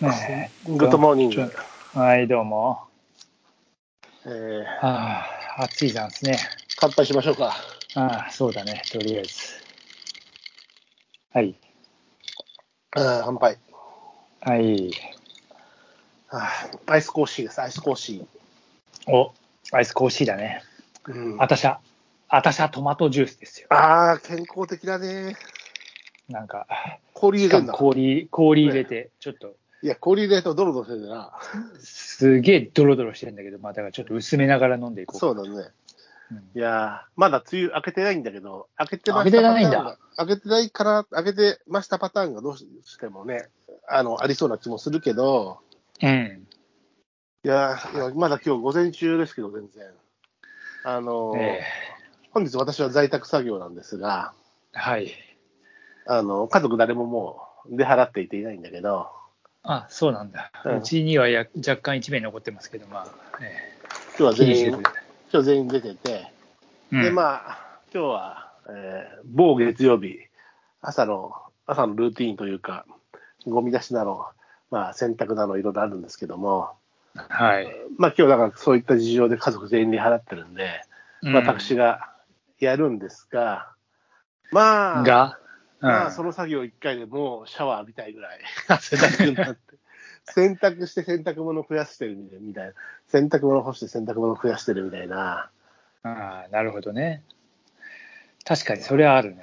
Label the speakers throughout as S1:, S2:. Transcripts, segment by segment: S1: ねえ
S2: グッドモーニン
S1: ちょ
S2: グ。
S1: はい、どうも。
S2: えー、
S1: ああ、暑いざんすね。
S2: 乾杯しましょうか。
S1: ああ、そうだね、とりあえず。はい、
S2: あー乾杯。
S1: はい。
S2: あーアイスコーヒーです、アイスコーヒ
S1: お、アイスコーヒーだね。
S2: ー。うん、
S1: あ
S2: あ
S1: たしゃ、あたしゃトマトジュースですよ。
S2: あー、健康的だね。
S1: なんか、
S2: 氷
S1: し
S2: 入れ
S1: か
S2: るん
S1: も
S2: だ。
S1: 氷、氷入れて、ちょっと、
S2: いや、氷入れるとドロドロしてるな。
S1: すげえドロドロしてるんだけど、まあ、だからちょっと薄めながら飲んでいこう。う。
S2: そうだね。
S1: うん
S2: いやー、まだ梅雨明けてないんだけど、明けてま
S1: 明け
S2: した
S1: て
S2: パターン
S1: ないんだ
S2: が。明けてないから、明けてましたパターンがどうしてもね、あの、ありそうな気もするけど、
S1: うん。
S2: いやー、いやまだ今日午前中ですけど、全然。あのー
S1: ええ
S2: 本日私は在宅作業なんですが、
S1: はい。
S2: あの、家族誰ももう出払っていていないんだけど、
S1: あ、そうなんだ。
S2: うん
S1: うちにはや若干一名残ってますけど、まあ、え
S2: 今日は
S1: え気に
S2: 全
S1: せず
S2: 員、今。日全員出てて、で、
S1: あ、
S2: まあ、今日は、えー某月曜日、朝の、朝のルーティーンというか、ゴミ出しなの、まあ、洗濯なの、いろいろあるんですけども、
S1: はい。
S2: まあ、今日だからそういった事情で家族全員出払ってるんで、まあ
S1: うん
S2: 私がやるんですが、まあ、
S1: が、うん
S2: まあ、その作業一回でもうシャワー浴びたいぐらい汗だくになって、 洗濯して洗濯物増やしてるみたいな、洗濯物干して洗濯物増やしてるみたいな、
S1: ああなるほどね。確かにそれはあるね。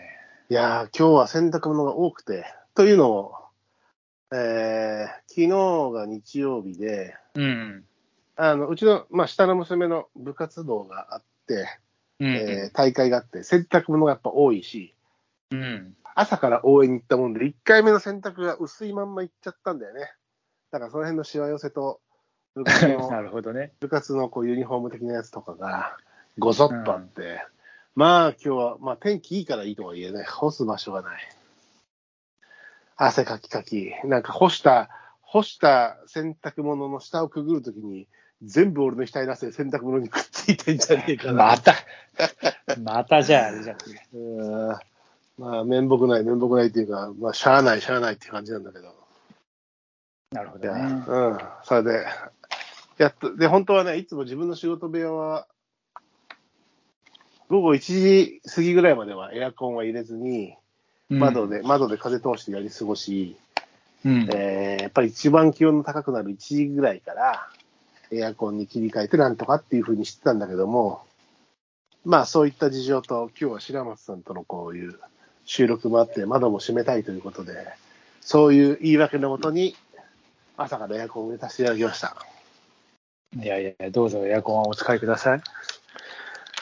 S2: いやー、今日は洗濯物が多くて、というのも、えー、昨日が日曜日で、
S1: うん。
S2: あのうちの、まあ、下の娘の部活動があって、
S1: うん。
S2: えー大会があって、洗濯物がやっぱ多いし、
S1: うん。
S2: 朝から応援に行ったもんで、1回目の洗濯が薄いまんま行っちゃったんだよね。だからその辺のしわ寄せと、部 活
S1: な
S2: の
S1: るほどね。
S2: 部活のこうユニフォーム的なやつとかが、ごそっとあって、まあ今日は、まあ天気いいからいいとは言えない。干す場所がない。汗かきかき。なんか干した、干した洗濯物の下をくぐるときに、全部俺の額の汗で洗濯物にくっついてんじゃねえかな。
S1: また、また じゃあ、あれじゃん。
S2: うーんまあ、面目ない、面目ないっていうか、まあ、しゃあない、しゃあないっていう感じなんだけど。
S1: なるほ
S2: いや
S1: どね。
S2: うん。それで、やっと、で、本当はね、いつも自分の仕事部屋は、午後1時過ぎぐらいまではエアコンは入れずに、窓で、窓で風通してやり過ごし、
S1: うん。うん
S2: えーやっぱり一番気温の高くなる1時ぐらいから、エアコンに切り替えてなんとかっていうふうにしてたんだけども、まあそういった事情と、今日は白松さんとのこういう収録もあって、窓も閉めたいということで、そういう言い訳のもとに、朝からエアコンを入れさせていただきました。
S1: いやいや、どうぞエアコンはお使いください。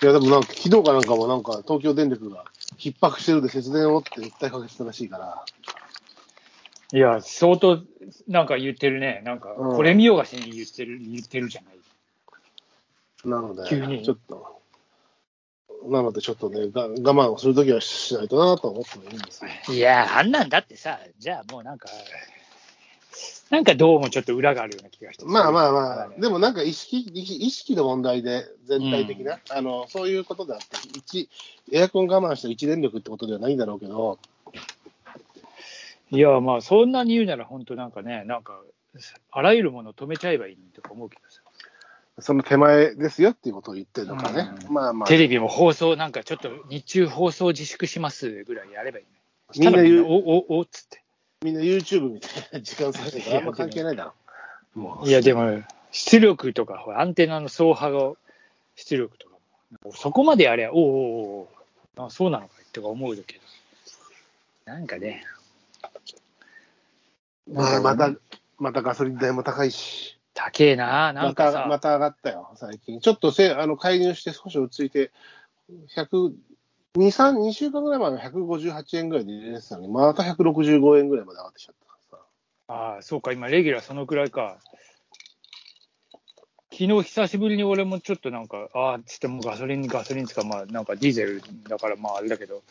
S2: いやでもなんか、昨日かなんかもなんか、東京電力が逼迫してるで節電をって訴えかけてたらしいから、
S1: いや、相当、なんか言ってるね。なんか、
S2: うん
S1: これ見よがしに言ってる、言ってるじゃない。
S2: なので、
S1: 急に
S2: ちょっと、なのでちょっとね、が我慢をするときはしないとなとは思ってもいいんですよ。
S1: いや、あんなんだってさ、じゃあもうなんか、なんかどうもちょっと裏があるような気がして。
S2: まあまあま
S1: だ
S2: あ
S1: ね、
S2: でもなんか意識、意識意識の問題で全体的な、あの、そういうことであって、一、エアコン我慢して一電力ってことではないんだろうけど、
S1: いや、まあ、そんなに言うなら、本当なんかね、なんか、あらゆるものを止めちゃえばいいとか思うけどさ、
S2: その手前ですよっていうことを言ってるのかね。
S1: うん
S2: まあまあ
S1: テ、レビも放送、なんかちょっと日中放送自粛しますぐらいやればいいね。
S2: みん
S1: 言
S2: な言
S1: う。
S2: う
S1: お、お、おっつって。
S2: みんな YouTube みたいな時間差してるから、あんま関係ないだろう。もう
S1: いや、でも、出力とか、ほらアンテナの総波の出力とかも、そこまでやれば、おうおうおうおうあ、そうなのかいとか思うけど、なんかね、
S2: まあまた、またガソリン代も高いし。
S1: 高えな、な
S2: ま
S1: んか
S2: た、
S1: さ、
S2: また上がったよ、最近。ちょっとせあの介入して少し落ち着いて、100、2、3、2週間ぐらい前は158円ぐらいで入れてたのに、また165円ぐらいまで上がってきちゃったからさ。
S1: ああ、そうか、今、レギュラーそのくらいか。昨日久しぶりに俺もちょっとなんか、ああ、つってもガソリン、ガソリンつか、まあ、なんかディーゼルだから、まあ、あれだけど、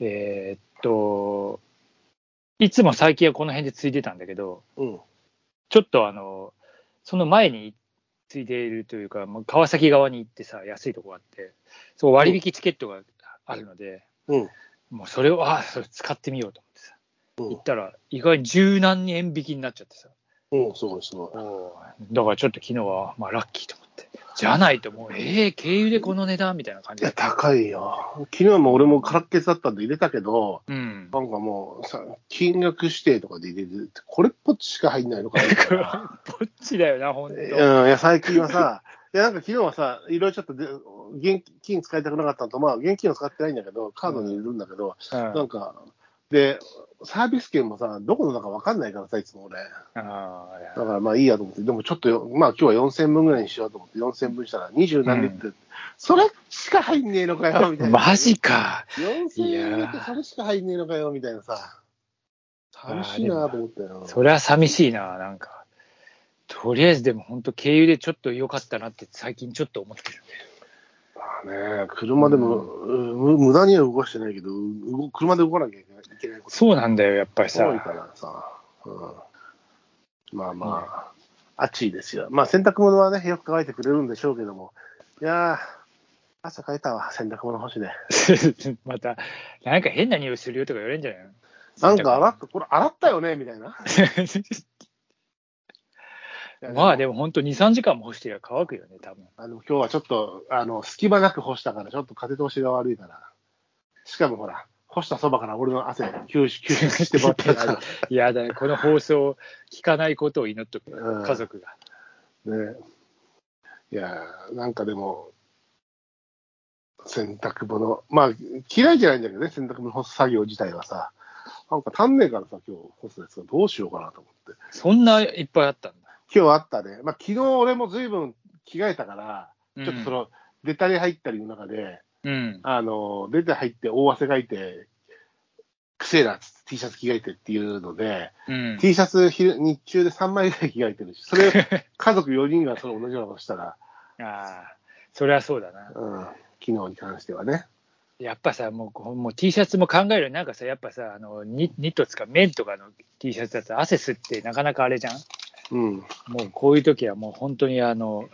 S1: えーっと、いつも最近はこの辺でついてたんだけど、
S2: うん。
S1: ちょっとあの、その前についているというか、まあ、川崎側に行ってさ、安いとこがあって、そこ割引チケットがあるので、
S2: うん。
S1: もうそれを、ああ、それ使ってみようと思ってさ、
S2: うん
S1: 行ったら、意外に柔軟に円引きになっちゃってさ。
S2: うん、すごいすごい。
S1: だからちょっと昨日は、まあ、ラッキーと思って。じゃないともう、えー、経由でこの値段みたいな感
S2: い
S1: じだ
S2: や、
S1: った。
S2: 高いよ。昨日も俺も空っけだったんで入れたけど、
S1: うん。
S2: なんかもうさ、金額指定とかで入れるって、これっぽっちしか入んないのかなみたい な。
S1: どっちだよな、本当。
S2: うん、いや、最近はさ、いや、なんか昨日はさ、いろいろちょっとで、現金使いたくなかったのと、まあ、現金を使ってないんだけど、カードに入れるんだけど、
S1: うん
S2: なんか、で、サービス券もさ、どこのだかわかんないからさ、いつも俺。
S1: あーいや
S2: だからまあいいやと思って、でもちょっとよ、まあ今日は4000分ぐらいにしようと思って、4000分したら20何リットル、それしか入んねえのかよ、みたいな。
S1: マジか。
S2: 4000円入れてそれしか入んねえのかよ、みたいなさ。寂しいなと思ったよ。
S1: そりゃ寂しいな、なんか。とりあえずでも本当経由でちょっと良かったなって最近ちょっと思ってる。
S2: まあね、車でも、うん無駄には動かしてないけど、動車で動かなきゃいけないいけないこと
S1: そうなんだよ、やっぱりさ
S2: 多。いからさ。うん、まあまあ、暑いですよ。まあ洗濯物はね、よく乾いてくれるんでしょうけども、いやー、朝乾いたわ、洗濯物干しで。
S1: また、なんか変な匂いするよとか言われるんじゃないの
S2: なんか洗った、これ洗ったよねみたいな。
S1: まあでも本当2、3時間も干してりゃ乾くよね、多分。
S2: あの今日はちょっとあの隙間なく干したから、ちょっと風通しが悪いから。しかもほら、干したそばから俺の汗吸収吸収してもらっ たから、
S1: いやだよ、この放送を聞かないことを祈っとく、
S2: うん
S1: 家族が。
S2: ね、いやー、なんかでも、洗濯物、まあ嫌いじゃないんだけどね、洗濯物干す作業自体はさ、なんか足んねえからさ、今日干すやつがどうしようかなと思って。
S1: そんないっぱいあったんだ。
S2: 今日あったね、まあ昨日俺も随分着替えたから、
S1: うん
S2: ちょっとその、出たり入ったりの中で、
S1: うん。
S2: あの、出て入って大汗かいて、くせえなっつって T シャツ着替えてっていうので、
S1: うん。
S2: T シャツ昼日中で3枚ぐらい着替えてるし、そ れ家族4人がそれ同じようなことしたら、
S1: ああ、そりゃそうだな。
S2: うん、昨日に関してはね。
S1: やっぱさ、もうこうもう T シャツも考えるよなんかさ、やっぱさ、あのニニットつか綿とかの T シャツだと汗吸ってなかなかあれじゃん。
S2: うん。
S1: もうこういう時はもう本当にあの、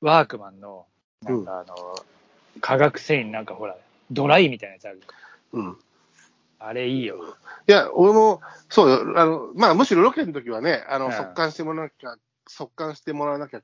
S1: ワークマンの、なんかあの、化学繊維なんかほら、ドライみたいなやつある。
S2: うん。
S1: あれいいよ。
S2: いや、俺も、そうよ、あの、まあ、むしろロケの時はね、あ
S1: う
S2: の、
S1: ん
S2: 速乾してもらわなきゃ、速乾してもらわなきゃ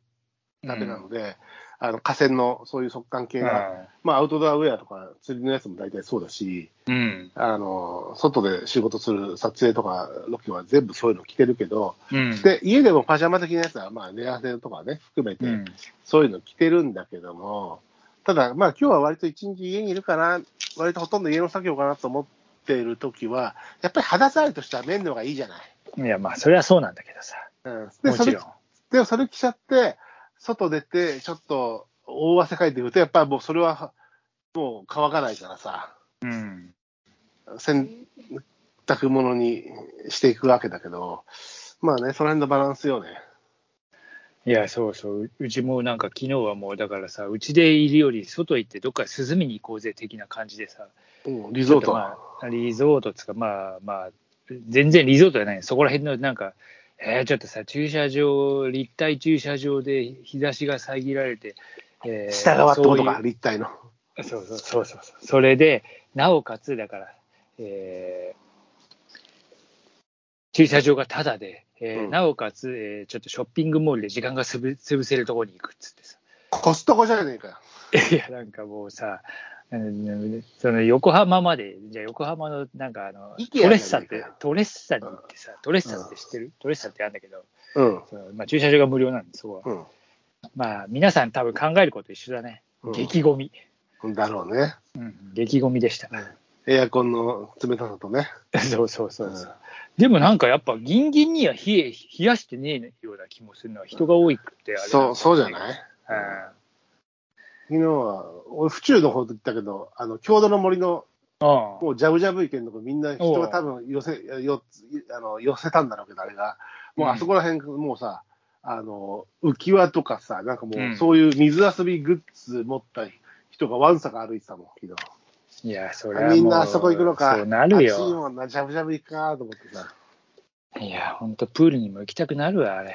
S2: ダメなので、あの、河川のそういう速乾系が、まあ、アウトドアウェアとか釣りのやつも大体そうだし、
S1: うん。うん。
S2: あの、外で仕事する撮影とかロケは全部そういうの着てるけど、
S1: うん。
S2: で、家でもパジャマ的なやつは、まあ、寝汗とかね、含めて
S1: う、ん、
S2: そういうの着てるんだけども、ただ、まあ、今日は割と一日家にいるから、割とほとんど家の作業かなと思っているときは、やっぱり肌触りとしては綿の方がいいじゃな
S1: い
S2: い。
S1: や、まあ、それはそうなんだけどさ。
S2: うん。で、
S1: も
S2: そ
S1: ち
S2: れ
S1: ろん。、
S2: で、それ着ちゃって、外出て、ちょっと大汗かいてくると、やっぱりもうそれは、もう乾かないからさ。
S1: うん。
S2: 洗濯物にしていくわけだけど、まあね、その辺のバランスよね。
S1: いや、そうそう。ううちもなんか昨日はもう、だからさ、うちでいるより、外行ってどっか涼みに行こうぜ的な感じでさ。
S2: うん、リゾ
S1: ちょ
S2: ー
S1: っと
S2: ト。
S1: まあリゾートっつうか、まあまあ、全然リゾートじゃない。そこら辺のなんか、えー、ちょっとさ、駐車場、立体駐車場で日差しが遮られて、えー
S2: 下側ってことか、
S1: そういう
S2: 立体の。
S1: そうそうそうそうそう。それで、なおかつだから、えー駐車場がタダで、えー
S2: うん
S1: なおかつ、えーちょっとショッピングモールで時間がつぶ潰せるところに行くっつってさ。
S2: コストコじゃねえかよ。
S1: いや、なんかもうさ、うんその横浜まで、じゃあ横浜のなんかあの、
S2: IKEA
S1: トレッサっ
S2: じゃ
S1: て
S2: ないか、
S1: トレッサに行ってさ、トレッサって知ってる、トレッサってあるんだけど、
S2: うん。
S1: そのまあ、駐車場が無料なんで、そこは。
S2: うん
S1: まあ、皆さん多分考えること一緒だね。
S2: うん
S1: 激ゴミ。
S2: だろうね。
S1: うん、激ゴミでした。
S2: エアコンの冷たさとね。
S1: そうそうそうそう
S2: うん
S1: でもなんかやっぱギンギンには冷え冷やしてねえような気もするのは人が多いくってあれ、
S2: そう、そうじゃないい昨日は、俺、府中の方行ったけど、あの、郷土の森の、
S1: うん、
S2: もうジャブジャブ池のとこみんな人が多分寄せ、よあの寄せたんだろうけど、あれが。もうあそこら辺、もうさ、あの、浮き輪とかさ、なんかも
S1: うん
S2: うそういう水遊びグッズ持った人がわんさか歩いてたもん、昨日。
S1: いやそれはもう
S2: みんなあそこ行くのか。
S1: そうなる
S2: 暑い
S1: よ
S2: もんな、ジャブジャブ行くかと思ってさ。
S1: いやほんとプールにも行きたくなるわあれ